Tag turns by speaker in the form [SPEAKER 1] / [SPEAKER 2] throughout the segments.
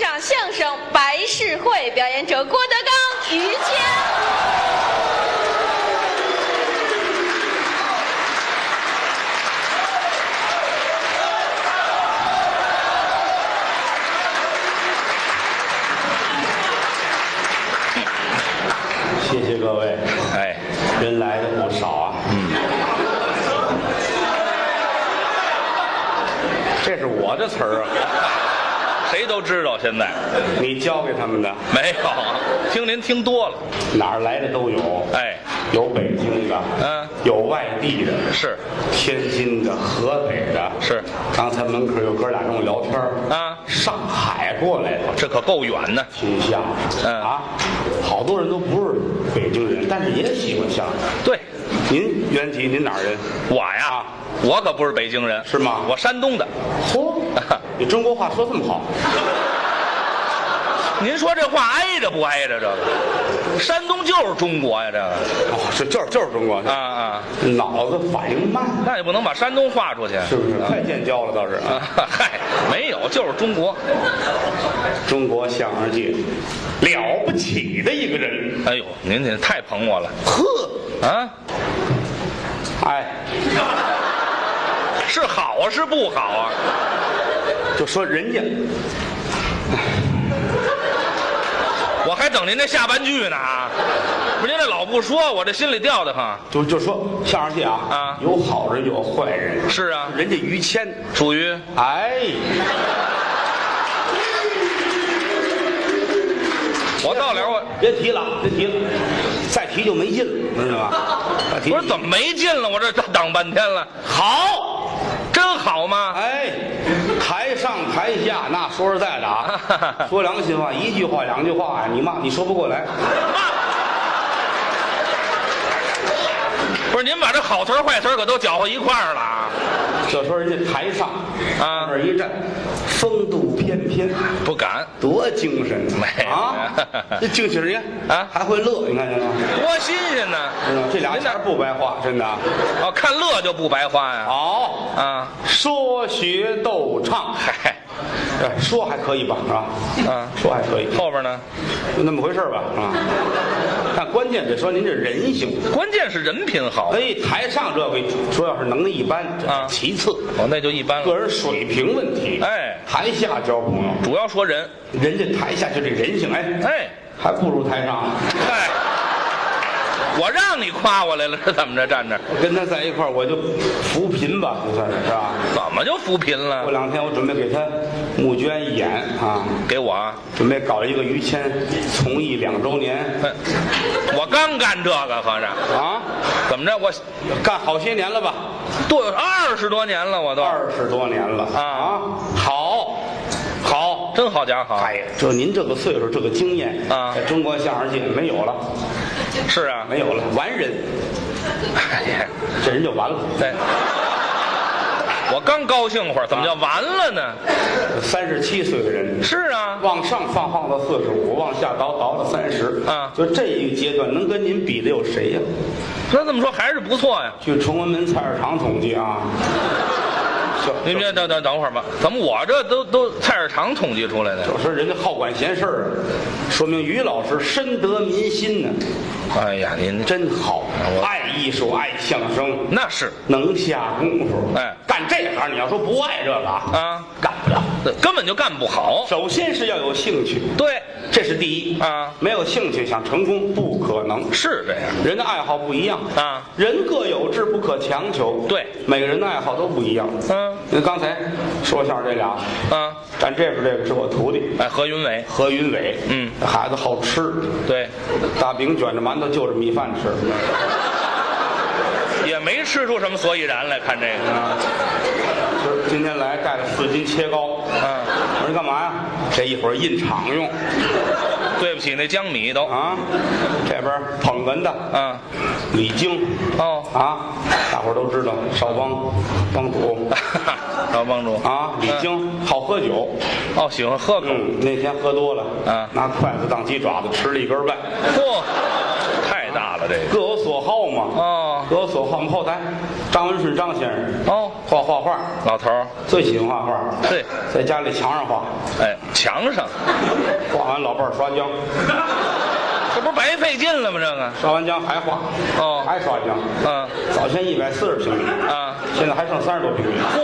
[SPEAKER 1] 唱相声《白事会》，表演者郭德纲、于谦。
[SPEAKER 2] 谢谢各位，
[SPEAKER 3] 哎，
[SPEAKER 2] 人来的不少啊。
[SPEAKER 3] 这是我的词儿啊，谁都知道现在
[SPEAKER 2] 你教给他们的
[SPEAKER 3] 没有，听您听多了，
[SPEAKER 2] 哪儿来的都有，
[SPEAKER 3] 哎，
[SPEAKER 2] 有北京的，
[SPEAKER 3] 嗯，
[SPEAKER 2] 有外地的，
[SPEAKER 3] 是
[SPEAKER 2] 天津的、河北的，
[SPEAKER 3] 是。
[SPEAKER 2] 刚才门口有哥俩跟我聊天儿
[SPEAKER 3] 啊
[SPEAKER 2] 上海过来的
[SPEAKER 3] 这可够远呢，
[SPEAKER 2] 听相声，
[SPEAKER 3] 嗯
[SPEAKER 2] 啊，好多人都不是北京人，但是也喜欢相声。
[SPEAKER 3] 对，
[SPEAKER 2] 您原籍您哪儿人？
[SPEAKER 3] 我呀
[SPEAKER 2] 啊，
[SPEAKER 3] 我可不是北京人，
[SPEAKER 2] 是吗
[SPEAKER 3] 我山东的。
[SPEAKER 2] 嚯，你中国话说这么好，
[SPEAKER 3] 您说这话挨着不挨着？这个山东就是中国呀，这个
[SPEAKER 2] 哦，是就是就是中国
[SPEAKER 3] 啊，啊，
[SPEAKER 2] 脑子反应慢，
[SPEAKER 3] 那也不能把山东话出去，
[SPEAKER 2] 是不是？
[SPEAKER 3] 啊
[SPEAKER 2] 快建交了倒是啊。
[SPEAKER 3] 嗨，没有，就是中国。
[SPEAKER 2] 中国相声界了不起的一个人。
[SPEAKER 3] 哎呦，您您太捧我了
[SPEAKER 2] 呵，
[SPEAKER 3] 啊！
[SPEAKER 2] 哎，
[SPEAKER 3] 是好啊，是不好啊？
[SPEAKER 2] 就说人家
[SPEAKER 3] 我还等您这下半句呢啊！不是您这老不说，我这心里吊得慌。
[SPEAKER 2] 就就说相声界啊
[SPEAKER 3] 啊
[SPEAKER 2] 有好人有坏人，
[SPEAKER 3] 是啊，
[SPEAKER 2] 人家于谦，
[SPEAKER 3] 属于
[SPEAKER 2] 哎，
[SPEAKER 3] 我到了我
[SPEAKER 2] 别提了，别提了，再提就没劲了，知道吗？ 再提
[SPEAKER 3] 不是怎么没劲了？我这等半天了，
[SPEAKER 2] 好？
[SPEAKER 3] 真好吗？
[SPEAKER 2] 哎，台上台下那说实在的 啊，说良心话，一句话两句话，你骂你说不过来。
[SPEAKER 3] 不是您把这好词儿坏词儿可都搅和一块儿了啊！
[SPEAKER 2] 这时候人家台上
[SPEAKER 3] 啊
[SPEAKER 2] 往那儿一站，风度翩翩。
[SPEAKER 3] 不敢，
[SPEAKER 2] 多精神
[SPEAKER 3] 没有
[SPEAKER 2] 啊！ 这精神，你看
[SPEAKER 3] 啊
[SPEAKER 2] 还会乐，你看见吗？
[SPEAKER 3] 多新鲜呢！
[SPEAKER 2] 知道吗这俩
[SPEAKER 3] 您
[SPEAKER 2] 钱儿
[SPEAKER 3] 那
[SPEAKER 2] 不白花，真的。啊
[SPEAKER 3] 哦，看乐就不白花呀！
[SPEAKER 2] 好，
[SPEAKER 3] 啊，
[SPEAKER 2] 说学逗 唱，
[SPEAKER 3] 嗨，
[SPEAKER 2] 哎说还可以吧，是吧？
[SPEAKER 3] 啊
[SPEAKER 2] 说还可以，
[SPEAKER 3] 后边呢？
[SPEAKER 2] 就那么回事儿吧，啊。但关键得说您这人性，
[SPEAKER 3] 关键是人品好
[SPEAKER 2] 哎，台上这位说要是能力一般，
[SPEAKER 3] 啊
[SPEAKER 2] 这是其次，
[SPEAKER 3] 哦，那就一般了。
[SPEAKER 2] 个人水平问题，
[SPEAKER 3] 哎
[SPEAKER 2] 台下交朋友，
[SPEAKER 3] 主要说人，
[SPEAKER 2] 人家台下就这人性，哎，
[SPEAKER 3] 哎，
[SPEAKER 2] 还不如台上。啊
[SPEAKER 3] 嗨，我让你夸我来了，是怎么着站这儿？
[SPEAKER 2] 跟他在一块儿，我就扶贫吧，就算是是吧？
[SPEAKER 3] 怎么就扶贫
[SPEAKER 2] 过
[SPEAKER 3] 了？
[SPEAKER 2] 两天我准备给他募捐一眼啊，
[SPEAKER 3] 给我啊！
[SPEAKER 2] 准备搞一个于谦从艺两周年
[SPEAKER 3] 哎我刚干这个，合着
[SPEAKER 2] 啊，
[SPEAKER 3] 怎么着？我
[SPEAKER 2] 干好些年了吧，
[SPEAKER 3] 都有二十多年了，我都
[SPEAKER 2] 二十多年了
[SPEAKER 3] 啊
[SPEAKER 2] 好，好，
[SPEAKER 3] 真好家伙！
[SPEAKER 2] 哎呀，就您这个岁数，这个经验
[SPEAKER 3] 啊
[SPEAKER 2] 在中国相声界没有了，
[SPEAKER 3] 是啊，
[SPEAKER 2] 没有了，完人，
[SPEAKER 3] 哎呀，
[SPEAKER 2] 这人就完了，
[SPEAKER 3] 对，我刚高兴会儿，怎么就完了呢？
[SPEAKER 2] 三十七岁的人。
[SPEAKER 3] 是啊，
[SPEAKER 2] 往上放放到四十五，往下倒倒到三十，
[SPEAKER 3] 啊
[SPEAKER 2] 就这一阶段能跟您比的有谁呀、
[SPEAKER 3] 那这么说还是不错呀。
[SPEAKER 2] 据崇文门菜市场统计 啊，小
[SPEAKER 3] 你们等等等会儿吧，怎么我这都都菜市场统计出来的？
[SPEAKER 2] 有时候人家好管闲事儿啊，说明于老师深得民心呢、
[SPEAKER 3] 哎呀，您这
[SPEAKER 2] 真好，爱艺术，爱相声，
[SPEAKER 3] 那是
[SPEAKER 2] 能下功夫。
[SPEAKER 3] 哎
[SPEAKER 2] 干这行你要说不爱这个啊，
[SPEAKER 3] 啊，
[SPEAKER 2] 干不了。
[SPEAKER 3] 根本就干不好。
[SPEAKER 2] 首先是要有兴趣，
[SPEAKER 3] 对，
[SPEAKER 2] 这是第一
[SPEAKER 3] 啊
[SPEAKER 2] 没有兴趣想成功不可能。
[SPEAKER 3] 是这样
[SPEAKER 2] 人的爱好不一样，
[SPEAKER 3] 啊。
[SPEAKER 2] 人各有志，不可强求。
[SPEAKER 3] 对
[SPEAKER 2] 每个人的爱好都不一样。
[SPEAKER 3] 嗯
[SPEAKER 2] 那刚才说相声这俩，
[SPEAKER 3] 啊，
[SPEAKER 2] 站这边这个是我徒弟
[SPEAKER 3] 哎，何云伟，
[SPEAKER 2] 何云伟，
[SPEAKER 3] 嗯，
[SPEAKER 2] 这孩子好吃，
[SPEAKER 3] 对，
[SPEAKER 2] 大饼卷着馒头就着米饭吃，
[SPEAKER 3] 也没吃出什么所以然来看这个。
[SPEAKER 2] 就是今天来带了四斤切糕，
[SPEAKER 3] 嗯，
[SPEAKER 2] 我说你干嘛呀？这一会儿印厂用
[SPEAKER 3] 对不起，那江米都，
[SPEAKER 2] 啊，这边捧哏的
[SPEAKER 3] 嗯，
[SPEAKER 2] 李菁
[SPEAKER 3] 哦，
[SPEAKER 2] 啊，大伙儿都知道少帮帮主
[SPEAKER 3] 老帮主，
[SPEAKER 2] 啊，李菁好喝酒，
[SPEAKER 3] 哦，喜欢喝口，
[SPEAKER 2] 嗯，那天喝多了，
[SPEAKER 3] 啊
[SPEAKER 2] 拿筷子当鸡爪子吃了一根半，
[SPEAKER 3] 嚯、太大了这个，
[SPEAKER 2] 各有所好嘛。
[SPEAKER 3] 哦，
[SPEAKER 2] 各有所好，我们后台张文顺张先生
[SPEAKER 3] 哦，
[SPEAKER 2] 画画画，
[SPEAKER 3] 老头儿，
[SPEAKER 2] 最喜欢画画，
[SPEAKER 3] 对，
[SPEAKER 2] 在家里墙上画，
[SPEAKER 3] 哎，墙上，
[SPEAKER 2] 画完老伴儿刷浆，
[SPEAKER 3] 这不是白费劲了吗？这个，
[SPEAKER 2] 刷完浆还画，
[SPEAKER 3] 哦
[SPEAKER 2] 还刷浆。
[SPEAKER 3] 嗯
[SPEAKER 2] 早先一百四十平米，
[SPEAKER 3] 啊，
[SPEAKER 2] 现在还剩三十多平米。
[SPEAKER 3] 嚯，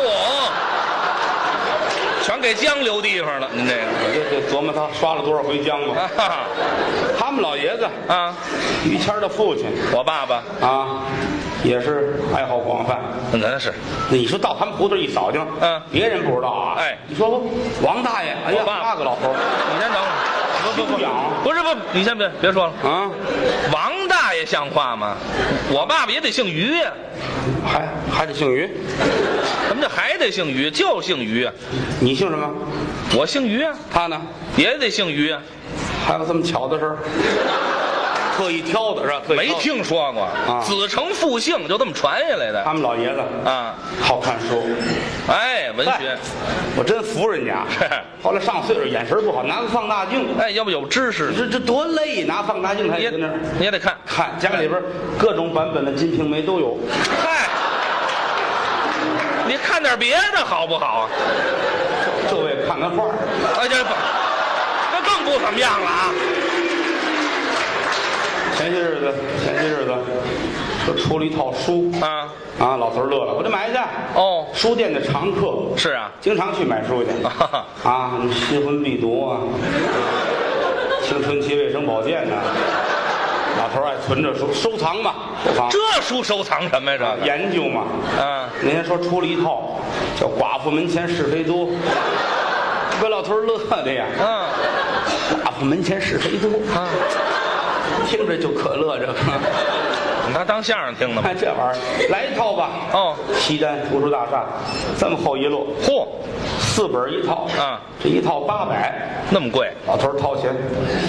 [SPEAKER 3] 全给姜留地方了，您这个，
[SPEAKER 2] 我就得琢磨他刷了多少回浆吧。
[SPEAKER 3] 啊哈
[SPEAKER 2] 他们老爷子
[SPEAKER 3] 哈啊，
[SPEAKER 2] 于谦儿的父亲
[SPEAKER 3] 我爸爸，
[SPEAKER 2] 啊，也是爱好广泛。
[SPEAKER 3] 那是，
[SPEAKER 2] 你说到他们胡同一扫听，
[SPEAKER 3] 嗯
[SPEAKER 2] 别人不知道啊。
[SPEAKER 3] 哎
[SPEAKER 2] 你说王大爷，哎呀，
[SPEAKER 3] 我爸
[SPEAKER 2] 那个老头儿
[SPEAKER 3] 你先等会儿，不不
[SPEAKER 2] 修养
[SPEAKER 3] 不，不是不，你先别别说了，
[SPEAKER 2] 啊，
[SPEAKER 3] 王大爷像话吗？我爸爸也得姓于呀、
[SPEAKER 2] 还还得姓于，
[SPEAKER 3] 怎么这还得姓于？就姓于啊，
[SPEAKER 2] 你姓什么？
[SPEAKER 3] 我姓于啊，
[SPEAKER 2] 他呢？
[SPEAKER 3] 也得姓于啊，
[SPEAKER 2] 还有这么巧的事儿？ 特意挑的是吧？特意
[SPEAKER 3] 没
[SPEAKER 2] 挑的。
[SPEAKER 3] 听说过，
[SPEAKER 2] 啊
[SPEAKER 3] 子承父姓就这么传下来的
[SPEAKER 2] 他们老爷子
[SPEAKER 3] 啊。
[SPEAKER 2] 好看书，
[SPEAKER 3] 哎，文学
[SPEAKER 2] 哎，我真服人 家。后来上岁数，眼神不好，拿个放大镜，
[SPEAKER 3] 哎，要不有知识，
[SPEAKER 2] 这这多累，拿放大镜
[SPEAKER 3] 你
[SPEAKER 2] 还
[SPEAKER 3] 也
[SPEAKER 2] 得哎跟那儿
[SPEAKER 3] 你也得看。
[SPEAKER 2] 看，家里边各种版本的《金瓶梅》都有。
[SPEAKER 3] 嗨，你看点别的好不好啊？
[SPEAKER 2] 这位看看画儿，
[SPEAKER 3] 哎，这不，这更不怎么样了啊！
[SPEAKER 2] 前些日子前些日子说出了一套书
[SPEAKER 3] 啊，
[SPEAKER 2] 啊，老头儿乐了，我得买去。
[SPEAKER 3] 哦
[SPEAKER 2] 书店的常客，
[SPEAKER 3] 是啊，
[SPEAKER 2] 经常去买书去啊，什么新婚必读啊，青春期卫生保健呐、老头儿爱存着书收藏嘛，收藏
[SPEAKER 3] 这书收藏什么呀？这个
[SPEAKER 2] 研究嘛。
[SPEAKER 3] 啊，
[SPEAKER 2] 那天说出了一套叫《寡妇门前是非多》，把老头儿乐的呀。
[SPEAKER 3] 嗯
[SPEAKER 2] 寡妇门前是非多，
[SPEAKER 3] 啊，
[SPEAKER 2] 听着就可乐着。
[SPEAKER 3] 你拿当相声听的吗？
[SPEAKER 2] 看这玩意儿，来一套吧。
[SPEAKER 3] 哦，
[SPEAKER 2] 西单图书大厦这么厚一摞，
[SPEAKER 3] 嚯，
[SPEAKER 2] 四本儿一套。
[SPEAKER 3] 啊，
[SPEAKER 2] 这一套八百，
[SPEAKER 3] 那么贵，
[SPEAKER 2] 老头儿掏钱，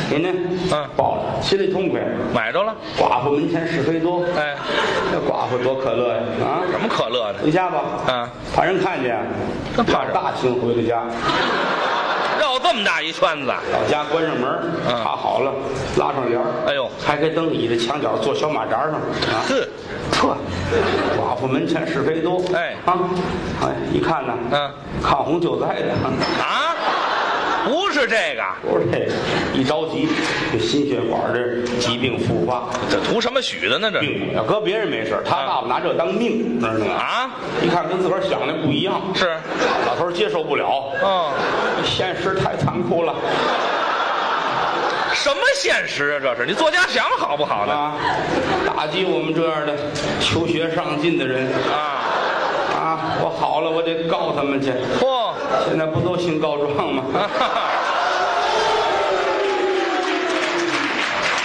[SPEAKER 2] 您呢？
[SPEAKER 3] 嗯
[SPEAKER 2] 抱着，心里痛快。
[SPEAKER 3] 买着了？
[SPEAKER 2] 寡妇门前是非多，
[SPEAKER 3] 哎，
[SPEAKER 2] 这寡妇多可乐呀！啊，
[SPEAKER 3] 什么可乐的？
[SPEAKER 2] 回家吧。
[SPEAKER 3] 嗯，
[SPEAKER 2] 怕人看见，
[SPEAKER 3] 那怕什么
[SPEAKER 2] 大兴回了家。
[SPEAKER 3] 绕这么大一圈子，
[SPEAKER 2] 到家关上门儿，
[SPEAKER 3] 嗯
[SPEAKER 2] 插好了，拉上帘儿
[SPEAKER 3] 哎呦
[SPEAKER 2] 开开灯，倚着墙角坐小马扎上啊，
[SPEAKER 3] 哼，
[SPEAKER 2] 呵，寡妇门前是非多，
[SPEAKER 3] 哎
[SPEAKER 2] 啊，哎，一看呢，
[SPEAKER 3] 嗯，
[SPEAKER 2] 抗洪救灾的，
[SPEAKER 3] 啊，不是这个，
[SPEAKER 2] 不是这个，一着急，这心血管这疾病复发，
[SPEAKER 3] 这图什么许的呢？这
[SPEAKER 2] 病了，搁别人没事儿，他
[SPEAKER 3] 嗯
[SPEAKER 2] 爸爸拿这当命，知道吗？
[SPEAKER 3] 啊，
[SPEAKER 2] 一看跟自个儿想的不一样，
[SPEAKER 3] 是，
[SPEAKER 2] 老头儿接受不了，
[SPEAKER 3] 嗯，
[SPEAKER 2] 现实太残酷了
[SPEAKER 3] 什么现实啊？这是你作家想好不好呢？
[SPEAKER 2] 啊！打击我们这样的求学上进的人。
[SPEAKER 3] 啊，
[SPEAKER 2] 啊，我好了，我得告他们去。
[SPEAKER 3] 嚯，
[SPEAKER 2] 现在不都兴告状吗？
[SPEAKER 3] 啊哈哈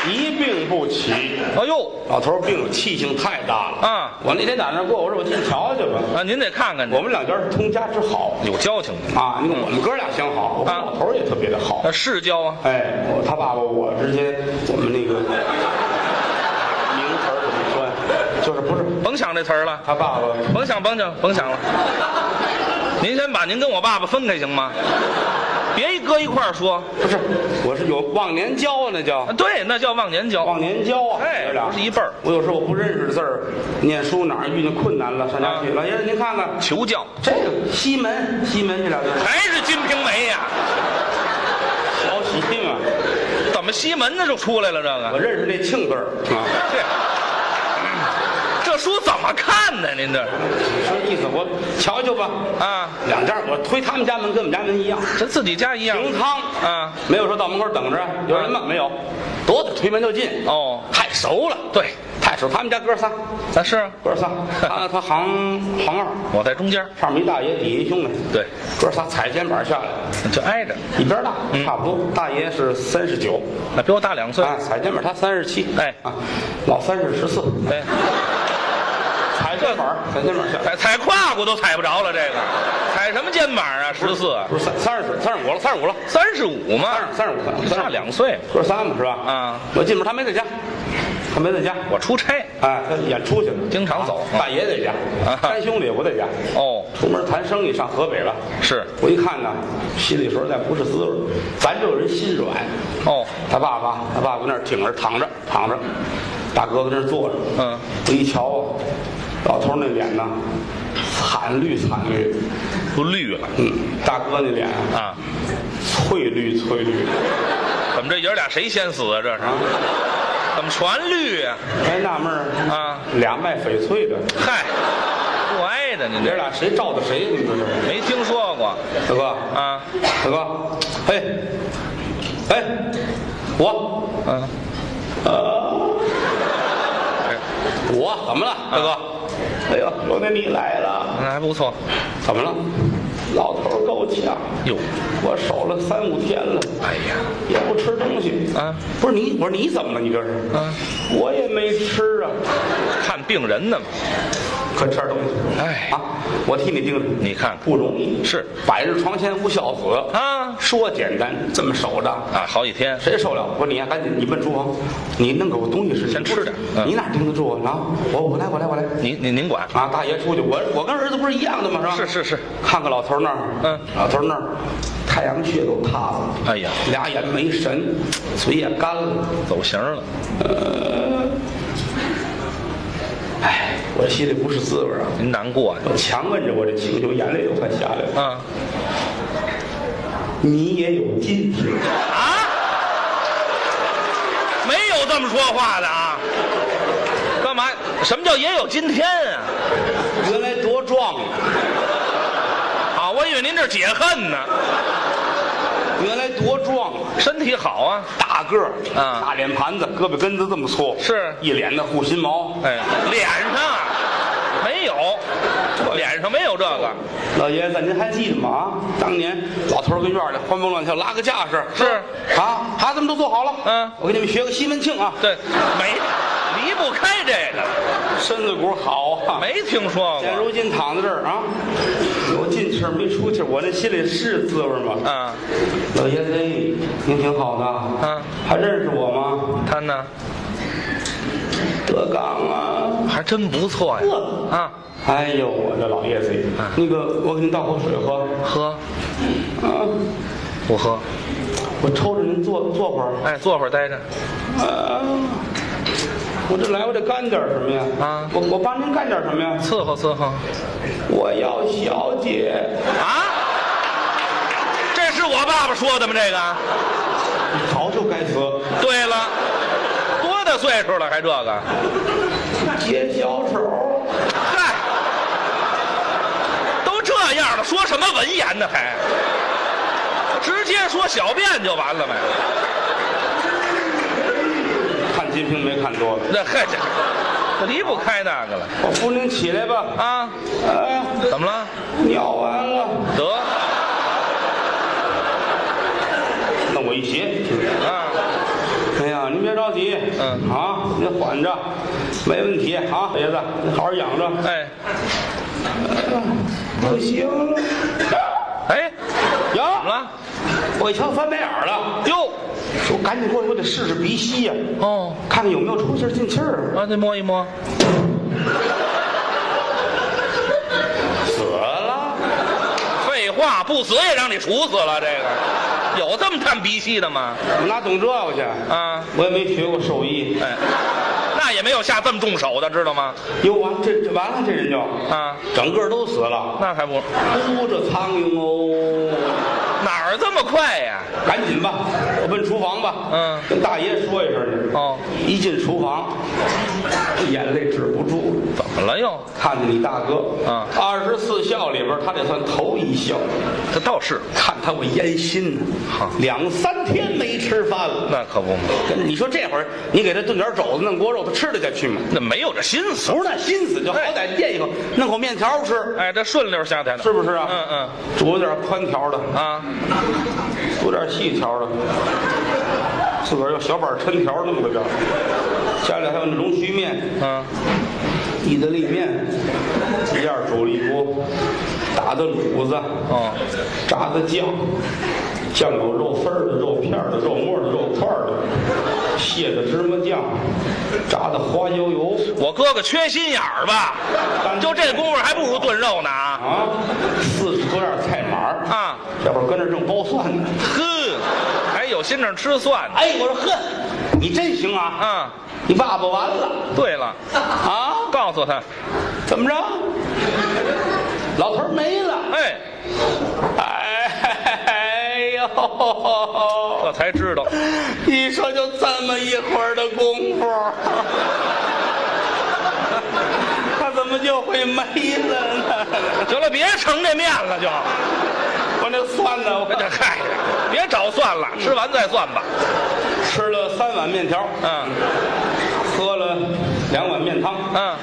[SPEAKER 2] 一病不起，
[SPEAKER 3] 哎呦，
[SPEAKER 2] 老头儿病气性太大了。
[SPEAKER 3] 啊
[SPEAKER 2] 我那天打那儿过，我说我进瞧瞧吧。
[SPEAKER 3] 啊，您得看看去
[SPEAKER 2] 我们两家是通家之好
[SPEAKER 3] 有交情的，
[SPEAKER 2] 啊，你看我们哥俩相好，我跟
[SPEAKER 3] 啊
[SPEAKER 2] 老头儿也特别的好。
[SPEAKER 3] 那世交啊，
[SPEAKER 2] 哎，我他爸爸我之间，我们那个名词儿怎么说呀？就是不是
[SPEAKER 3] 甭想这词儿了，
[SPEAKER 2] 他爸爸
[SPEAKER 3] 甭想，甭想，甭想了。您先把您跟我爸爸分开行吗？别一搁一块儿说，
[SPEAKER 2] 不是，我是有忘年交那叫
[SPEAKER 3] 啊，对，那叫忘年交，
[SPEAKER 2] 忘年交啊，
[SPEAKER 3] 哎
[SPEAKER 2] 哥俩
[SPEAKER 3] 不是一辈儿
[SPEAKER 2] 我有时候我不认识的字儿，念书哪儿遇见困难了，上家
[SPEAKER 3] 啊
[SPEAKER 2] 去，老爷子您看看
[SPEAKER 3] 求教，
[SPEAKER 2] 这个西门，西门这俩字儿，
[SPEAKER 3] 还是《金瓶梅》呀？
[SPEAKER 2] 小喜庆啊，
[SPEAKER 3] 怎么西门子就出来了？这
[SPEAKER 2] 我
[SPEAKER 3] 个
[SPEAKER 2] 认识这庆字儿啊，
[SPEAKER 3] 这嗯这书怎么看呢？您这
[SPEAKER 2] 你说意思我瞧瞧吧，
[SPEAKER 3] 啊，
[SPEAKER 2] 两家我推他们家门跟我们家门一样，
[SPEAKER 3] 这自己家一样
[SPEAKER 2] 平汤
[SPEAKER 3] 啊，
[SPEAKER 2] 没有说到门口等着啊有人吗？没有，躲着推门就进，
[SPEAKER 3] 哦
[SPEAKER 2] 太熟了，
[SPEAKER 3] 对，
[SPEAKER 2] 太熟，他们家哥仨，
[SPEAKER 3] 那是啊
[SPEAKER 2] 哥仨，他他行行二，
[SPEAKER 3] 我在中间，
[SPEAKER 2] 上面一大爷，底下一兄弟，
[SPEAKER 3] 对，
[SPEAKER 2] 哥仨踩着肩膀下来。
[SPEAKER 3] 就挨着，
[SPEAKER 2] 一边大，
[SPEAKER 3] 嗯
[SPEAKER 2] 差不多。大爷是三十九，
[SPEAKER 3] 那比我大两岁。
[SPEAKER 2] 啊，踩肩膀他三十七，
[SPEAKER 3] 哎
[SPEAKER 2] 啊，老三是十四，
[SPEAKER 3] 哎，
[SPEAKER 2] 踩肩膀，踩肩膀下，
[SPEAKER 3] 踩踩胯骨都踩不着了，这个踩什么肩膀啊？十四，
[SPEAKER 2] 不是三三十岁，三十五了，三十五了，
[SPEAKER 3] 三十五
[SPEAKER 2] 三
[SPEAKER 3] 嘛
[SPEAKER 2] 十，三十五，三十五
[SPEAKER 3] 大两岁。
[SPEAKER 2] 哥仨嘛是吧？
[SPEAKER 3] 啊，
[SPEAKER 2] 我进门他没在家，他没在家，
[SPEAKER 3] 我出差
[SPEAKER 2] 哎，他演出去了，
[SPEAKER 3] 经常走
[SPEAKER 2] 啊大爷在家
[SPEAKER 3] 啊，
[SPEAKER 2] 三兄弟不在家，
[SPEAKER 3] 哦，
[SPEAKER 2] 出门谈生意上河北了。
[SPEAKER 3] 是
[SPEAKER 2] 我一看呢，心里实在不是滋味儿，咱这种人心软，
[SPEAKER 3] 哦，
[SPEAKER 2] 他爸爸，他爸爸那儿挺着躺着躺着，大哥在那儿坐着，
[SPEAKER 3] 嗯，
[SPEAKER 2] 我一瞧啊，老头儿那脸呐，惨绿惨绿，
[SPEAKER 3] 都绿了
[SPEAKER 2] 嗯，大哥那脸啊
[SPEAKER 3] 啊！
[SPEAKER 2] 翠绿翠绿
[SPEAKER 3] 怎么这爷俩谁先死啊？这是
[SPEAKER 2] 啊，
[SPEAKER 3] 怎么全绿啊呀、
[SPEAKER 2] 还哎纳闷儿
[SPEAKER 3] 啊？
[SPEAKER 2] 俩卖翡翠的，
[SPEAKER 3] 嗨，不挨着您
[SPEAKER 2] 爷
[SPEAKER 3] 这
[SPEAKER 2] 俩谁照的谁？你说这是？
[SPEAKER 3] 没听说过
[SPEAKER 2] 大哥，
[SPEAKER 3] 啊？
[SPEAKER 2] 大哥，哎，哎，我，呃
[SPEAKER 3] 嗯、哎
[SPEAKER 2] 我怎么了，大哥？哎呦，兄弟你来了，
[SPEAKER 3] 那还不错。
[SPEAKER 2] 怎么了？老头儿够呛，
[SPEAKER 3] 哟，
[SPEAKER 2] 我守了三五天了，
[SPEAKER 3] 哎呀，
[SPEAKER 2] 也不吃东西
[SPEAKER 3] 啊。
[SPEAKER 2] 不是你，我说你怎么了？你这是？
[SPEAKER 3] 啊，
[SPEAKER 2] 我也没吃啊，
[SPEAKER 3] 看病人呢嘛。
[SPEAKER 2] 可吃点东西。
[SPEAKER 3] 哎
[SPEAKER 2] 啊，我替你盯着，
[SPEAKER 3] 你看
[SPEAKER 2] 不容易，
[SPEAKER 3] 是
[SPEAKER 2] 百日床前无孝子。
[SPEAKER 3] 啊
[SPEAKER 2] 说简单，这么守着。
[SPEAKER 3] 啊，好几天
[SPEAKER 2] 谁受了？我说你呀、啊赶紧你奔厨房，你弄个我东西吃，
[SPEAKER 3] 先吃点嗯
[SPEAKER 2] 你哪盯得住啊？然后我我来我来我来
[SPEAKER 3] 您您您管
[SPEAKER 2] 啊！大爷出去，我我跟儿子不是一样的吗？是吧？
[SPEAKER 3] 是是是，
[SPEAKER 2] 看看老头那儿，
[SPEAKER 3] 嗯
[SPEAKER 2] 老头那儿太阳穴都塌了，
[SPEAKER 3] 哎呀
[SPEAKER 2] 俩眼没神，嘴也干了，
[SPEAKER 3] 走形了，
[SPEAKER 2] 哎，我心里不是滋味啊！
[SPEAKER 3] 您难过呀、
[SPEAKER 2] 我强摁着我这情绪，我眼泪都快下来了。
[SPEAKER 3] 啊？
[SPEAKER 2] 你也有今天，
[SPEAKER 3] 啊？没有这么说话的啊？干嘛？什么叫也有今天啊？
[SPEAKER 2] 原来多壮啊！
[SPEAKER 3] 啊，我以为您这解恨呢，
[SPEAKER 2] 原来多壮啊！
[SPEAKER 3] 身体好啊。
[SPEAKER 2] 大个儿，
[SPEAKER 3] 啊
[SPEAKER 2] 大脸盘子，胳膊根子这么粗，
[SPEAKER 3] 是
[SPEAKER 2] 一脸的护心毛。
[SPEAKER 3] 哎，脸上啊没有，脸上没有这个，
[SPEAKER 2] 老爷子，您还记得吗？啊，当年老头儿跟院儿里欢蹦乱跳，拉个架势，
[SPEAKER 3] 是
[SPEAKER 2] 啊，孩子们都做好了，
[SPEAKER 3] 嗯
[SPEAKER 2] 我给你们学个西门庆啊，
[SPEAKER 3] 对，没离不开这个，
[SPEAKER 2] 身子骨好啊。
[SPEAKER 3] 没听说
[SPEAKER 2] 现
[SPEAKER 3] 过。
[SPEAKER 2] 如今躺在这儿啊，有进气儿没出气儿，我这心里是滋味吗？
[SPEAKER 3] 啊，
[SPEAKER 2] 老爷子，哎您挺好的，
[SPEAKER 3] 嗯
[SPEAKER 2] 还认识我吗？
[SPEAKER 3] 他呢
[SPEAKER 2] 德刚啊，
[SPEAKER 3] 还真不错呀。啊，
[SPEAKER 2] 哎呦，我这老爷子，
[SPEAKER 3] 嗯
[SPEAKER 2] 那个我给您倒口水喝，
[SPEAKER 3] 喝
[SPEAKER 2] 啊，
[SPEAKER 3] 不喝？
[SPEAKER 2] 我抽着您坐坐会儿。
[SPEAKER 3] 哎，坐会儿待着。
[SPEAKER 2] 啊，我这来，我得干点什么呀？
[SPEAKER 3] 啊
[SPEAKER 2] 我我帮您干点什么呀？
[SPEAKER 3] 伺候伺候。
[SPEAKER 2] 我要小姐，
[SPEAKER 3] 啊，这是我爸爸说的吗？这个？
[SPEAKER 2] 早就该死，
[SPEAKER 3] 对了，多大岁数了还这个？
[SPEAKER 2] 解小手，
[SPEAKER 3] 嗨，都这样了，说什么文言呢还？直接说小便就完了呗。
[SPEAKER 2] 看《金瓶》没看多了。
[SPEAKER 3] 那嗨，这这离不开那个了
[SPEAKER 2] 我扶您起来吧。
[SPEAKER 3] 啊？
[SPEAKER 2] 啊，
[SPEAKER 3] 怎么了？
[SPEAKER 2] 尿完了，
[SPEAKER 3] 得
[SPEAKER 2] 那我一鞋。
[SPEAKER 3] 啊，
[SPEAKER 2] 哎呀，您别着急，
[SPEAKER 3] 嗯
[SPEAKER 2] 啊，您缓着，没问题啊，爷子，您好好养着。
[SPEAKER 3] 哎
[SPEAKER 2] 哎不行了，
[SPEAKER 3] 哎，
[SPEAKER 2] 呀，
[SPEAKER 3] 怎么了？
[SPEAKER 2] 我一瞧翻白眼儿了，
[SPEAKER 3] 哟
[SPEAKER 2] 我赶紧过去，我得试试鼻息呀、
[SPEAKER 3] 哦，
[SPEAKER 2] 看看有没有出气儿进气儿啊。
[SPEAKER 3] 啊，再摸一摸，
[SPEAKER 2] 死了，
[SPEAKER 3] 废话，不死也让你处死了，这个有这么探鼻息的吗？
[SPEAKER 2] 我哪懂这个去？
[SPEAKER 3] 啊，
[SPEAKER 2] 我也没学过兽医。
[SPEAKER 3] 哎，那也没有下这么重手的，知道吗？
[SPEAKER 2] 哟，完了这这完了，这人就
[SPEAKER 3] 啊，
[SPEAKER 2] 整个都死了。
[SPEAKER 3] 那还不
[SPEAKER 2] 呼这苍蝇哦，
[SPEAKER 3] 哪儿这么快呀？
[SPEAKER 2] 赶紧吧，我奔厨房吧。
[SPEAKER 3] 嗯
[SPEAKER 2] 跟大爷说一声去。
[SPEAKER 3] 哦，
[SPEAKER 2] 一进厨房，眼泪止不住了。
[SPEAKER 3] 怎么了又？
[SPEAKER 2] 看见你大哥，
[SPEAKER 3] 啊
[SPEAKER 2] 二十四孝里边他得算头一孝。
[SPEAKER 3] 这倒是，
[SPEAKER 2] 看他我烟心呢
[SPEAKER 3] 好，
[SPEAKER 2] 两三天没吃饭了。
[SPEAKER 3] 那可不嘛，
[SPEAKER 2] 跟你说这会儿你给他炖点肘子，弄锅肉，他吃得下去吗？
[SPEAKER 3] 那没有这心思。
[SPEAKER 2] 不是那心思，就好歹垫一口，弄口面条吃，
[SPEAKER 3] 哎，这顺溜下台了，
[SPEAKER 2] 是不是啊？
[SPEAKER 3] 嗯嗯
[SPEAKER 2] 煮点宽条的，
[SPEAKER 3] 啊，
[SPEAKER 2] 煮点细条的，自个儿用小板抻条弄个点儿家里还有那龙须面、
[SPEAKER 3] 嗯，
[SPEAKER 2] 意大利面，一样煮了一锅，打的卤子，
[SPEAKER 3] 哦，
[SPEAKER 2] 炸的酱，酱有肉丝儿的、肉片儿的、肉末儿的、肉块儿的，蟹的芝麻酱，炸的花椒油
[SPEAKER 3] 我哥哥缺心眼儿吧？
[SPEAKER 2] 嗯
[SPEAKER 3] 就这功夫还不如炖肉呢啊！
[SPEAKER 2] 啊，四十多样菜码儿
[SPEAKER 3] 啊，
[SPEAKER 2] 这会儿跟这儿正剥蒜呢。
[SPEAKER 3] 呵，还有心肠吃蒜呢
[SPEAKER 2] 哎，我说呵，你真行啊！
[SPEAKER 3] 啊！
[SPEAKER 2] 你爸爸完了
[SPEAKER 3] 对了，
[SPEAKER 2] 啊？
[SPEAKER 3] 告诉他，
[SPEAKER 2] 怎么着？老头儿没了。
[SPEAKER 3] 哎，
[SPEAKER 2] 哎呦，
[SPEAKER 3] 这才知道，
[SPEAKER 2] 一说就这么一会儿的功夫，他怎么就会没了呢？
[SPEAKER 3] 行了，别盛这面了就，
[SPEAKER 2] 我那蒜呢？
[SPEAKER 3] 这
[SPEAKER 2] 我
[SPEAKER 3] 嗨， 别找算了，吃完再算吧。
[SPEAKER 2] 吃了三碗面条，
[SPEAKER 3] 嗯
[SPEAKER 2] 喝了两碗面汤，
[SPEAKER 3] 嗯，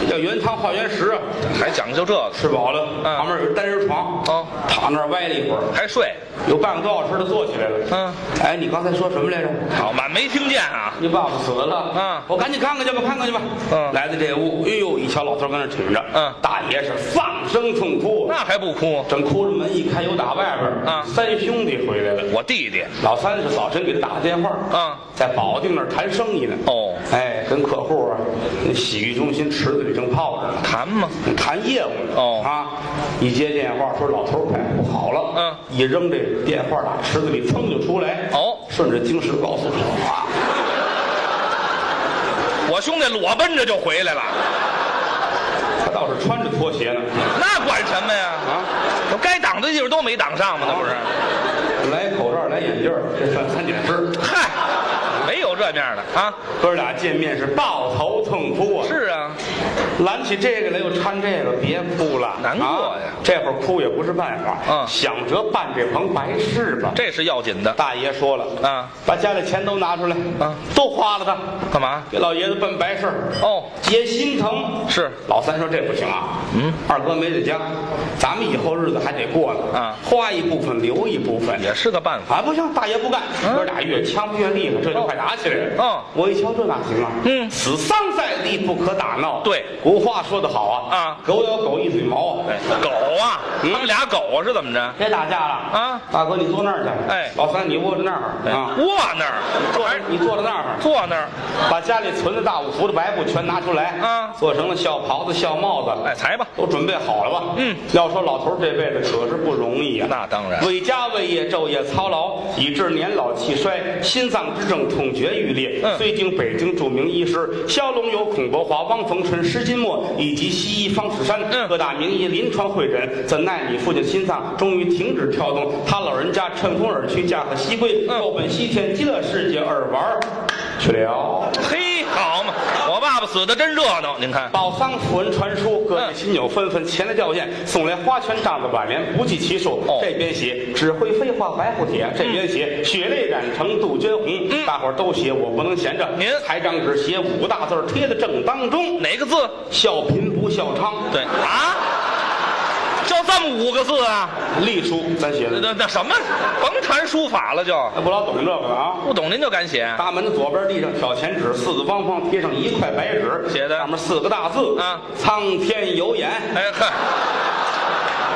[SPEAKER 2] 这叫原汤化原食啊。
[SPEAKER 3] 还讲究这个
[SPEAKER 2] 吃饱了，
[SPEAKER 3] 嗯
[SPEAKER 2] 旁边有一单人床，
[SPEAKER 3] 哦
[SPEAKER 2] 躺那儿歪了一会儿，
[SPEAKER 3] 还睡，
[SPEAKER 2] 有半个多小时，他坐起来了。
[SPEAKER 3] 嗯，
[SPEAKER 2] 哎，你刚才说什么来着？
[SPEAKER 3] 好嘛，没听见啊？
[SPEAKER 2] 你爸爸死了，
[SPEAKER 3] 嗯
[SPEAKER 2] 我赶紧看看去吧，看看去吧。
[SPEAKER 3] 嗯
[SPEAKER 2] 来到这屋，哎呦，一瞧老头跟那儿挺着，
[SPEAKER 3] 嗯
[SPEAKER 2] 大爷是放声痛哭，
[SPEAKER 3] 那还不哭？
[SPEAKER 2] 正哭着门一开，有打外边儿，
[SPEAKER 3] 嗯
[SPEAKER 2] 三兄弟回来了。
[SPEAKER 3] 我弟弟，
[SPEAKER 2] 老三是早晨给他打的电话，
[SPEAKER 3] 嗯
[SPEAKER 2] 在保定那儿谈生意呢。
[SPEAKER 3] 哦
[SPEAKER 2] 哎，跟客户啊，那洗浴中心池子里正泡着呢。
[SPEAKER 3] 谈吗？
[SPEAKER 2] 谈业务呢。
[SPEAKER 3] 哦
[SPEAKER 2] 啊，一接电话说老头儿快不好了，
[SPEAKER 3] 嗯
[SPEAKER 2] 一扔这电话打池子里，噌就出来，
[SPEAKER 3] 哦
[SPEAKER 2] 顺着京石高速哗，
[SPEAKER 3] 我兄弟裸奔着就回来了，
[SPEAKER 2] 他倒是穿着拖鞋呢，
[SPEAKER 3] 那管什么呀？哦
[SPEAKER 2] 啊，
[SPEAKER 3] 我该挡的地方都没挡上嘛，那不是？
[SPEAKER 2] 来口罩，来眼镜儿，这算三点式。
[SPEAKER 3] 嗨，没有这样的啊。
[SPEAKER 2] 哥俩见面是抱头痛哭啊！
[SPEAKER 3] 是啊，
[SPEAKER 2] 揽起这个来又掺这个，别哭了，
[SPEAKER 3] 难过呀
[SPEAKER 2] 啊这会儿哭也不是办法，
[SPEAKER 3] 嗯
[SPEAKER 2] 想着办这棚白事吧。
[SPEAKER 3] 这是要紧的。
[SPEAKER 2] 大爷说了，
[SPEAKER 3] 啊，
[SPEAKER 2] 把家里钱都拿出来，
[SPEAKER 3] 啊，
[SPEAKER 2] 都花了它，
[SPEAKER 3] 干嘛？
[SPEAKER 2] 给老爷子办白事儿，
[SPEAKER 3] 哦，
[SPEAKER 2] 姐心疼。
[SPEAKER 3] 是
[SPEAKER 2] 老三说这不行啊，
[SPEAKER 3] 嗯，
[SPEAKER 2] 二哥没在家，咱们以后日子还得过呢，
[SPEAKER 3] 啊
[SPEAKER 2] 花一部分留一部分。
[SPEAKER 3] 也是个办法。
[SPEAKER 2] 啊，不行，大爷不干，
[SPEAKER 3] 嗯
[SPEAKER 2] 哥俩越呛越厉害，这就快打起来了。
[SPEAKER 3] 哦
[SPEAKER 2] 我一瞧这哪行啊？
[SPEAKER 3] 嗯
[SPEAKER 2] 死丧在地不可打闹。
[SPEAKER 3] 对
[SPEAKER 2] 古话说得好啊，
[SPEAKER 3] 啊
[SPEAKER 2] 狗咬狗一嘴毛啊。
[SPEAKER 3] 哎，狗啊，他
[SPEAKER 2] 嗯
[SPEAKER 3] 们俩狗是怎么着？
[SPEAKER 2] 别打架了
[SPEAKER 3] 啊！
[SPEAKER 2] 大哥，你坐那儿去。
[SPEAKER 3] 哎
[SPEAKER 2] 老三，你窝在那儿
[SPEAKER 3] 哎
[SPEAKER 2] 啊，哎
[SPEAKER 3] 卧那儿，
[SPEAKER 2] 坐
[SPEAKER 3] 还是
[SPEAKER 2] 你坐在那儿。
[SPEAKER 3] 坐那儿？
[SPEAKER 2] 把家里存的大五福的白布全拿出来
[SPEAKER 3] 啊
[SPEAKER 2] 做成了孝袍子、孝帽子，
[SPEAKER 3] 哎，裁吧。
[SPEAKER 2] 都准备好了吧？
[SPEAKER 3] 嗯，
[SPEAKER 2] 要说老头儿这辈子可是不容易呀、
[SPEAKER 3] 那当然
[SPEAKER 2] 为家为业昼夜操劳，以致年老气衰，心脏之症痛绝欲裂。
[SPEAKER 3] 嗯
[SPEAKER 2] 虽经北京著名医师肖龙友、孔伯华、汪逢春、施金墨以及西医方世山、
[SPEAKER 3] 嗯
[SPEAKER 2] 各大名医临床会诊，怎奈你父亲心脏终于停止跳动，他老人家乘风而去，驾鹤西归，
[SPEAKER 3] 嗯
[SPEAKER 2] 又奔西天极乐世界而玩儿去了。
[SPEAKER 3] 嘿，好嘛，我爸爸死的真热闹，您看。
[SPEAKER 2] 宝桑符文传书，各位
[SPEAKER 3] 嗯
[SPEAKER 2] 亲友纷纷前来吊唁，送来花圈、帐子、挽联，不计其数。
[SPEAKER 3] 哦
[SPEAKER 2] 这边写“只会飞花白虎帖”，这边写“血泪染成杜鹃红”，大伙儿都写，我不能闲着。
[SPEAKER 3] 您
[SPEAKER 2] 裁张纸写五大字儿贴在正当中：
[SPEAKER 3] 哪个字？
[SPEAKER 2] 笑贫不笑娼。
[SPEAKER 3] 对啊，就这么五个字啊？
[SPEAKER 2] 隶书咱写的，
[SPEAKER 3] 那那什么，甭谈书法了就，
[SPEAKER 2] 不老懂这个了啊。
[SPEAKER 3] 不懂您就敢写。
[SPEAKER 2] 大门的左边地上挑钱纸，四四方方贴上一块白纸，
[SPEAKER 3] 写的
[SPEAKER 2] 上面四个大字
[SPEAKER 3] 啊
[SPEAKER 2] 苍天有眼，
[SPEAKER 3] 哎呵，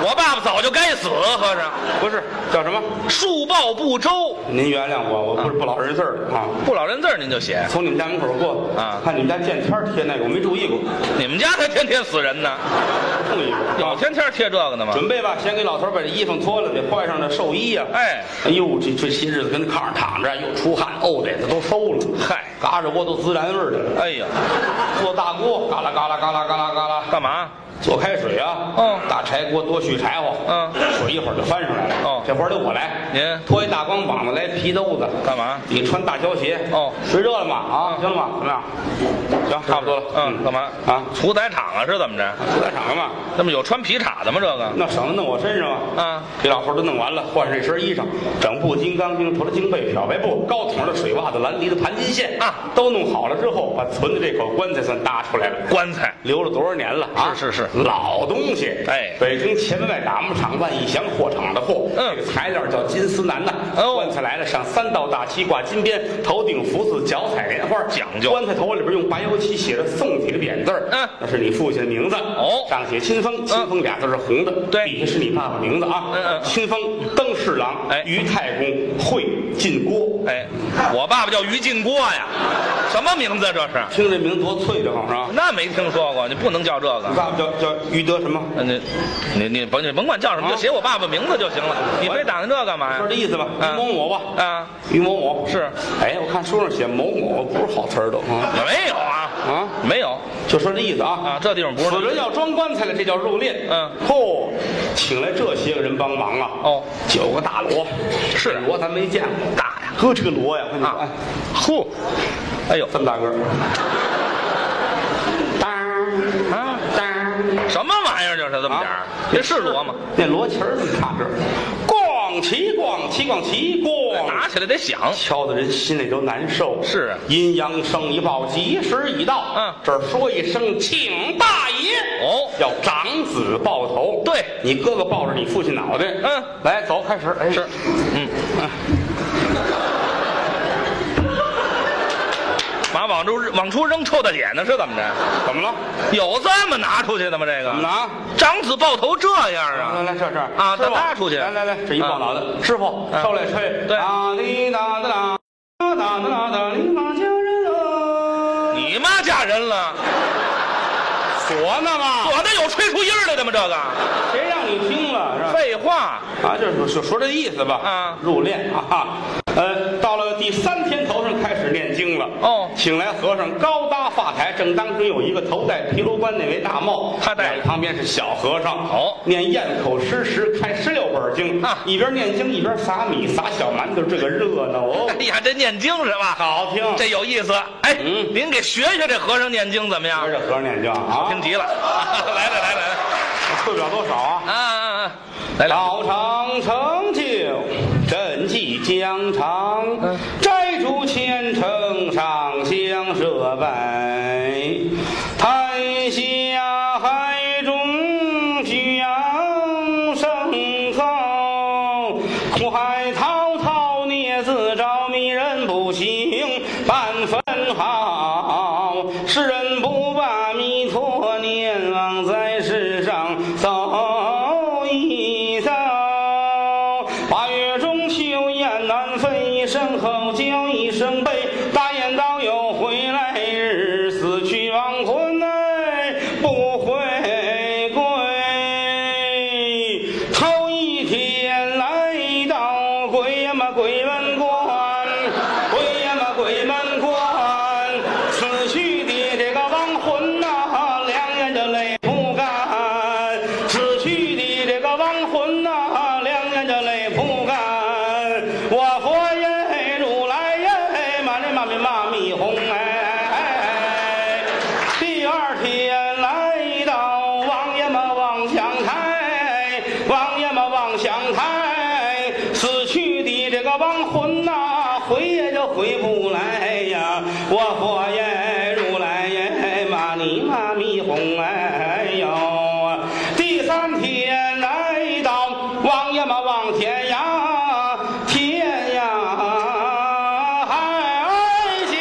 [SPEAKER 3] 我爸爸早就该死，合着
[SPEAKER 2] 不是叫什么？
[SPEAKER 3] 树报不周，
[SPEAKER 2] 您原谅我，我不是不老认字儿的啊。
[SPEAKER 3] 不老认字儿您就写。
[SPEAKER 2] 从你们家门口过
[SPEAKER 3] 啊
[SPEAKER 2] 看你们家见天儿贴那个，我没注意过，
[SPEAKER 3] 你们家才天天死人呢，
[SPEAKER 2] 注意过。啊
[SPEAKER 3] 有天天贴哦这个呢吗？
[SPEAKER 2] 准备吧，先给老头儿把这衣服脱了，得换上这寿衣呀、
[SPEAKER 3] 哎，
[SPEAKER 2] 哎呦，这这些日子跟炕上躺着，又出汗，呕的子都馊了。
[SPEAKER 3] 嗨
[SPEAKER 2] 嘎着窝都孜然味儿的了。
[SPEAKER 3] 哎呀，
[SPEAKER 2] 做大锅，嘎啦嘎啦嘎啦嘎啦嘎啦，
[SPEAKER 3] 干嘛？
[SPEAKER 2] 做开水啊。
[SPEAKER 3] 嗯
[SPEAKER 2] 大柴锅多续柴火。
[SPEAKER 3] 嗯
[SPEAKER 2] 水一会儿就翻上来了。
[SPEAKER 3] 哦
[SPEAKER 2] 这活儿得我来。
[SPEAKER 3] 您
[SPEAKER 2] 脱一大光膀子，来皮兜子。
[SPEAKER 3] 干嘛？
[SPEAKER 2] 你穿大胶鞋
[SPEAKER 3] 哦
[SPEAKER 2] 水热了吗？啊，行了吗？怎么样？行，差不多了。
[SPEAKER 3] 嗯，干嘛？
[SPEAKER 2] 啊，
[SPEAKER 3] 屠宰场啊，是怎么着？
[SPEAKER 2] 屠宰场嘛，
[SPEAKER 3] 那么有穿皮衩的吗？这个？
[SPEAKER 2] 那省得弄我身上啊。
[SPEAKER 3] 啊，
[SPEAKER 2] 给老头儿都弄完了，换上一身衣裳，整部《金刚经》，除了经被、漂白布、高筒的水袜子、蓝涤的盘金线
[SPEAKER 3] 啊，
[SPEAKER 2] 都弄好了之后，把存的这口棺材算搭出来了。
[SPEAKER 3] 棺材。
[SPEAKER 2] 留了多少年了啊？
[SPEAKER 3] 是是
[SPEAKER 2] 是，老东西。
[SPEAKER 3] 哎
[SPEAKER 2] 北京前门外打木厂万义祥货场的货，
[SPEAKER 3] 嗯
[SPEAKER 2] 这个材料叫金丝楠呐。
[SPEAKER 3] 哦
[SPEAKER 2] 棺材来了，上三道大漆，挂金边，头顶福字，脚踩莲花，
[SPEAKER 3] 讲究
[SPEAKER 2] 棺材头里边用白油漆写着宋体的匾字儿
[SPEAKER 3] 嗯
[SPEAKER 2] 那是你父亲的名字。
[SPEAKER 3] 哦嗯
[SPEAKER 2] 上写清风，清风俩字是红的，
[SPEAKER 3] 对
[SPEAKER 2] 底下是你爸爸名字啊。
[SPEAKER 3] 嗯嗯嗯
[SPEAKER 2] 清风登侍郎，
[SPEAKER 3] 哎
[SPEAKER 2] 于太公，惠进锅，
[SPEAKER 3] 哎，我爸爸叫于进锅呀，什么名字啊这是？
[SPEAKER 2] 听这名多脆的慌是吧？
[SPEAKER 3] 那没听说过，你不能叫这
[SPEAKER 2] 你
[SPEAKER 3] 个。
[SPEAKER 2] 爸爸叫叫于德什么？
[SPEAKER 3] 那你你你甭你甭管叫什么，
[SPEAKER 2] 啊
[SPEAKER 3] 就写我爸爸名字就行了。你非打听这干嘛
[SPEAKER 2] 说这
[SPEAKER 3] 呀？
[SPEAKER 2] 意思吧，于
[SPEAKER 3] 嗯
[SPEAKER 2] 某某吧，
[SPEAKER 3] 啊，
[SPEAKER 2] 于某某
[SPEAKER 3] 是。
[SPEAKER 2] 哎，我看书上写某某不是好词儿都啊
[SPEAKER 3] 没有啊，
[SPEAKER 2] 啊，
[SPEAKER 3] 没有
[SPEAKER 2] 就说这意思啊
[SPEAKER 3] 啊，这地方不是
[SPEAKER 2] 死人要装棺材了，这叫入殓。
[SPEAKER 3] 嗯，
[SPEAKER 2] 嚯，请来这些个人帮忙啊。
[SPEAKER 3] 哦，
[SPEAKER 2] 九个大锣，
[SPEAKER 3] 是
[SPEAKER 2] 这锣咱没见过，
[SPEAKER 3] 大呀
[SPEAKER 2] 呵，这个锣呀，我跟你说，
[SPEAKER 3] 啊
[SPEAKER 2] 哎，
[SPEAKER 3] 嚯，哎呦
[SPEAKER 2] 这么大个儿，当
[SPEAKER 3] 啊，
[SPEAKER 2] 当，
[SPEAKER 3] 什么玩意儿就是这么点儿
[SPEAKER 2] 啊？
[SPEAKER 3] 这是锣吗？
[SPEAKER 2] 那锣旗儿这么大个儿，咣齐咣齐咣齐咣，
[SPEAKER 3] 拿起来得响。
[SPEAKER 2] 敲的人心里都难受。
[SPEAKER 3] 是啊
[SPEAKER 2] 阴阳生一报，吉时已到。
[SPEAKER 3] 嗯
[SPEAKER 2] 这儿说一声，请大爷。
[SPEAKER 3] 哦
[SPEAKER 2] 要长子抱头。
[SPEAKER 3] 对
[SPEAKER 2] 你哥哥抱着你父亲脑袋。
[SPEAKER 3] 嗯，
[SPEAKER 2] 来走，开始。哎，
[SPEAKER 3] 是，嗯，妈往出扔往出扔臭大姐呢，是怎么着？
[SPEAKER 2] 怎么了？
[SPEAKER 3] 有这么拿出去的吗？这
[SPEAKER 2] 怎么了
[SPEAKER 3] 个
[SPEAKER 2] 啊？
[SPEAKER 3] 长子抱头这样
[SPEAKER 2] 来
[SPEAKER 3] 啊？
[SPEAKER 2] 来，这这
[SPEAKER 3] 啊
[SPEAKER 2] 师傅
[SPEAKER 3] 再拉出去
[SPEAKER 2] 来来来，这一抱脑袋，师傅
[SPEAKER 3] 嗯
[SPEAKER 2] 受累吹。
[SPEAKER 3] 对
[SPEAKER 2] 啊滴答答答答答答答，你马家人啊，
[SPEAKER 3] 你妈嫁人了，
[SPEAKER 2] 唢呐嘛，
[SPEAKER 3] 我那有吹出音儿来的吗？这个
[SPEAKER 2] 谁让你听了是吧？
[SPEAKER 3] 废话，
[SPEAKER 2] 啊，就是说说说这意思吧。
[SPEAKER 3] 啊
[SPEAKER 2] 入殓啊，呃，到了第三天头上开始念经了。
[SPEAKER 3] 哦
[SPEAKER 2] 请来和尚高搭发台，正当中有一个头戴毗卢冠那位大帽，
[SPEAKER 3] 他戴
[SPEAKER 2] 两旁边是小和尚。
[SPEAKER 3] 哦
[SPEAKER 2] 念咽口诗时开十六本经
[SPEAKER 3] 啊
[SPEAKER 2] 一边念经一边撒米撒小馒头，这个热闹哦
[SPEAKER 3] 哎，呀，这念经是吧？
[SPEAKER 2] 好听。
[SPEAKER 3] 这有意思。哎，
[SPEAKER 2] 嗯
[SPEAKER 3] 您给学学这和尚念经怎么样
[SPEAKER 2] 跟？着和尚念经啊，
[SPEAKER 3] 听急了， 来来来来，
[SPEAKER 2] 会不了多少啊。
[SPEAKER 3] 啊啊啊，来来，
[SPEAKER 2] 老长成就，朕即疆场
[SPEAKER 3] 嗯，
[SPEAKER 2] 摘竹千层上香设拜，台下海中响声高，苦海滔滔孽自招，迷人不醒半分好，世人不把弥陀念，枉在世上走一遭。八月中秋雁南飞，一声吼叫一声悲。大雁道有回来日，死去亡魂哎不回归。头一天来到鬼呀嘛鬼门关，鬼呀嘛鬼门关，死去的这个亡魂呐、两眼就泪不干，死去的这个亡魂呐、两眼就泪不干。我佛耶，如来耶，嘛咪嘛咪嘛咪吽哎。第二天来到王爷嘛望乡台，王爷嘛望乡台，死去的这个亡魂呐、回也就回不来呀。我佛耶，如来耶，嘛尼嘛咪吽哎呦。第三天来到王爷嘛望天涯，天涯海角。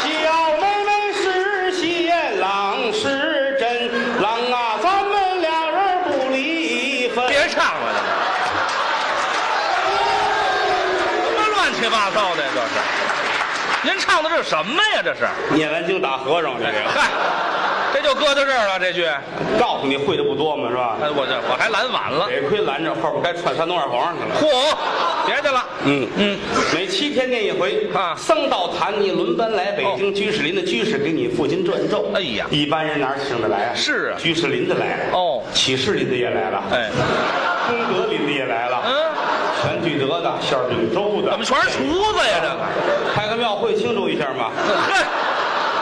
[SPEAKER 2] 小妹妹是新郎是真郎啊，咱们俩人不离分。
[SPEAKER 3] 别唱了，这什么乱七八糟的这是？您唱的这是什么呀？这是？
[SPEAKER 2] 念完经打和尚，这个
[SPEAKER 3] 嗨，这就搁到这儿了。这句，
[SPEAKER 2] 告诉你会的不多嘛，是吧？
[SPEAKER 3] 哎，我这我还拦晚了。
[SPEAKER 2] 得亏拦着，后边该串山东二皇上去了。
[SPEAKER 3] 嚯，别去了。
[SPEAKER 2] 嗯
[SPEAKER 3] 嗯，
[SPEAKER 2] 每七天念一回
[SPEAKER 3] 啊哦
[SPEAKER 2] 僧道坛你轮班来北京居士林的居士给你父亲转咒。
[SPEAKER 3] 哎呀
[SPEAKER 2] 一般人哪儿请得来啊？
[SPEAKER 3] 是啊
[SPEAKER 2] 居士林的来了，
[SPEAKER 3] 哦，
[SPEAKER 2] 启士林的也来了，
[SPEAKER 3] 哎，
[SPEAKER 2] 功德林的也来了，
[SPEAKER 3] 嗯，
[SPEAKER 2] 全聚德的、馅儿饼粥的，
[SPEAKER 3] 怎么全是厨啊子呀？这个，
[SPEAKER 2] 开个庙会庆祝一下嘛？
[SPEAKER 3] 哼，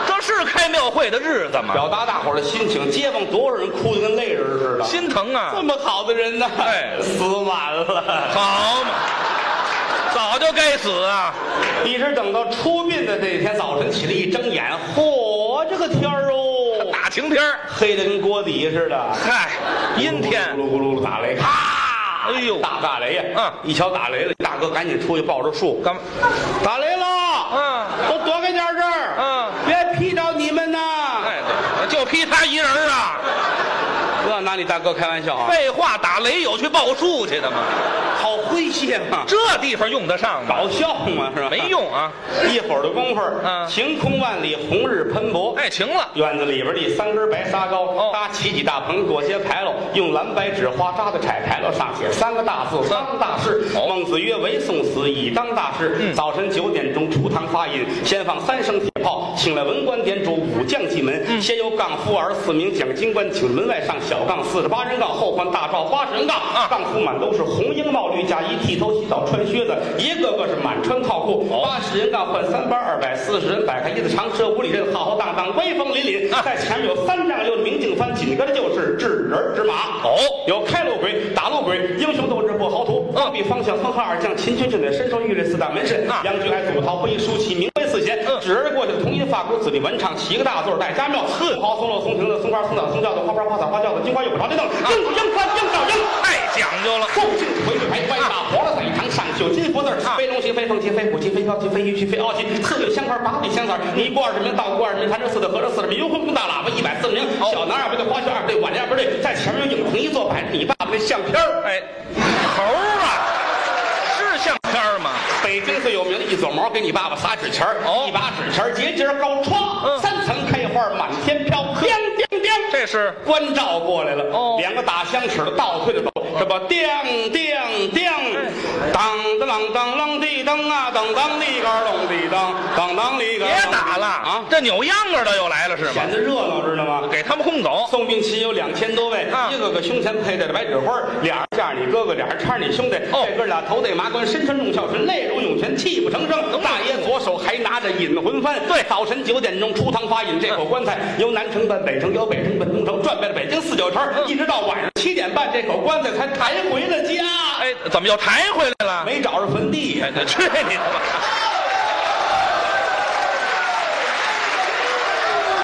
[SPEAKER 3] 这是开庙会的日子吗？
[SPEAKER 2] 表达大伙儿的心情。街坊多少人哭得跟泪人似的，
[SPEAKER 3] 心疼啊
[SPEAKER 2] 这！么好的人呢，
[SPEAKER 3] 哎
[SPEAKER 2] 死晚了。
[SPEAKER 3] 好嘛，早就该死啊！
[SPEAKER 2] 一直等到出殡的那天早晨起来一睁眼，嚯，这个天儿哦，
[SPEAKER 3] 大晴天儿
[SPEAKER 2] 黑的跟锅底似的，
[SPEAKER 3] 嗨，阴天
[SPEAKER 2] 咕。噜咕噜咕噜打雷，啪！
[SPEAKER 3] 哎呦
[SPEAKER 2] 大大雷呀！
[SPEAKER 3] 嗯
[SPEAKER 2] 一瞧打雷了，大哥赶紧出去抱着树，
[SPEAKER 3] 干嘛？
[SPEAKER 2] 打雷了，
[SPEAKER 3] 嗯，
[SPEAKER 2] 都躲开点儿这儿，
[SPEAKER 3] 嗯，
[SPEAKER 2] 别劈着你们呐！
[SPEAKER 3] 哎，对就批他一人啊，
[SPEAKER 2] 这那拿你大哥开玩笑啊，
[SPEAKER 3] 废话，打雷有去报数去的吗？
[SPEAKER 2] 好诙谐嘛，
[SPEAKER 3] 这地方用得上吗？
[SPEAKER 2] 搞笑嘛是吧？
[SPEAKER 3] 没，用啊！
[SPEAKER 2] 一会儿的功夫，
[SPEAKER 3] 嗯
[SPEAKER 2] 晴空万里，红日喷薄。
[SPEAKER 3] 哎，行了，
[SPEAKER 2] 院子里边立三根白沙膏，
[SPEAKER 3] 哦
[SPEAKER 2] 搭起几大棚裹些牌楼，用蓝白纸花扎的彩牌楼上写三个大字“当大事”。
[SPEAKER 3] 哦
[SPEAKER 2] 孟子曰：“唯宋死，以当大事。
[SPEAKER 3] 嗯
[SPEAKER 2] 早晨九点钟出堂发音，先放三声铁炮，请来文官点主，武将进门。
[SPEAKER 3] 嗯
[SPEAKER 2] 先由杠夫儿四名讲经官请门外上小杠四十八人杠，后换大赵八十人杠。
[SPEAKER 3] 啊
[SPEAKER 2] 杠夫满都是红缨帽、绿嫁衣、剃头、洗澡、穿靴子，一个个是满穿套裤。
[SPEAKER 3] 哦
[SPEAKER 2] 八十人杠换三班，二百四十人摆开一字长蛇五里阵，浩浩荡荡，威风凛凛。
[SPEAKER 3] 啊
[SPEAKER 2] 在前面有三丈六的明镜幡，紧跟着就是智人指马。
[SPEAKER 3] 哦
[SPEAKER 2] 有开路鬼、打路鬼，英雄斗志不豪图。
[SPEAKER 3] 嗯
[SPEAKER 2] 刚愎方向，风和二将，秦军阵队，身受玉垒四大门神。
[SPEAKER 3] 啊
[SPEAKER 2] 杨菊来祖陶不一舒淇，名为四贤。
[SPEAKER 3] 嗯
[SPEAKER 2] 指而过去的铜音发鼓，子弟文唱，七个大字儿带家庙。四袍松肉松亭子，松花松枣松轿子，花花花草花轿子，金花玉虎朝天凳，鹰鼓鹰冠鹰照鹰。
[SPEAKER 3] 太讲究了。
[SPEAKER 2] 后进回去还歪大黄了，在堂上绣金佛字儿
[SPEAKER 3] 啊
[SPEAKER 2] 飞龙旗、飞凤旗、飞虎旗、飞镖旗、飞鱼旗、飞鳌旗，四对香牌，八对香伞，尼姑二十名，道姑二十名，潭柘寺的和尚四十名，游魂共大喇叭一百四十名，小男二排队，花絮二队，晚年二排队，在前面有影棚一座，摆着你爸爸的相片儿
[SPEAKER 3] 哎，猴儿啊，是相片儿吗？
[SPEAKER 2] 北京最有名的一撮毛，给你爸爸撒纸钱儿，
[SPEAKER 3] 哦
[SPEAKER 2] 一把纸钱儿节节高歘，
[SPEAKER 3] 嗯
[SPEAKER 2] 三层开花满天飘，叮叮叮。
[SPEAKER 3] 这是
[SPEAKER 2] 关照过来了，
[SPEAKER 3] 哦
[SPEAKER 2] 两个打响指的倒退着走，这不叮叮叮，当当啷当啷地当啊，当当里个儿啷地当，当当里个儿
[SPEAKER 3] 别
[SPEAKER 2] 啷
[SPEAKER 3] 打了
[SPEAKER 2] 啊，
[SPEAKER 3] 这扭秧歌的又来了是吗
[SPEAKER 2] 显？得热闹知道吗？
[SPEAKER 3] 给他们轰走。
[SPEAKER 2] 宋兵旗有两千多位，
[SPEAKER 3] 啊
[SPEAKER 2] 一个个胸前佩戴着白纸花儿，俩人架着你哥哥，俩人插着你兄弟。
[SPEAKER 3] 哦
[SPEAKER 2] 这哥俩头戴麻冠，身穿重孝裙，泪如涌泉，泣不成声。大爷左手还拿着引魂幡。
[SPEAKER 3] 对
[SPEAKER 2] 早晨九点钟出堂发引这口棺材，由南城奔北城，由北城奔东城，转遍了北京四九城，
[SPEAKER 3] 嗯
[SPEAKER 2] 一直到晚上七点半，这口棺材才抬回了家。
[SPEAKER 3] 哎哎，怎么又抬回来了？
[SPEAKER 2] 没找着坟地呀
[SPEAKER 3] 哎，去你的吧！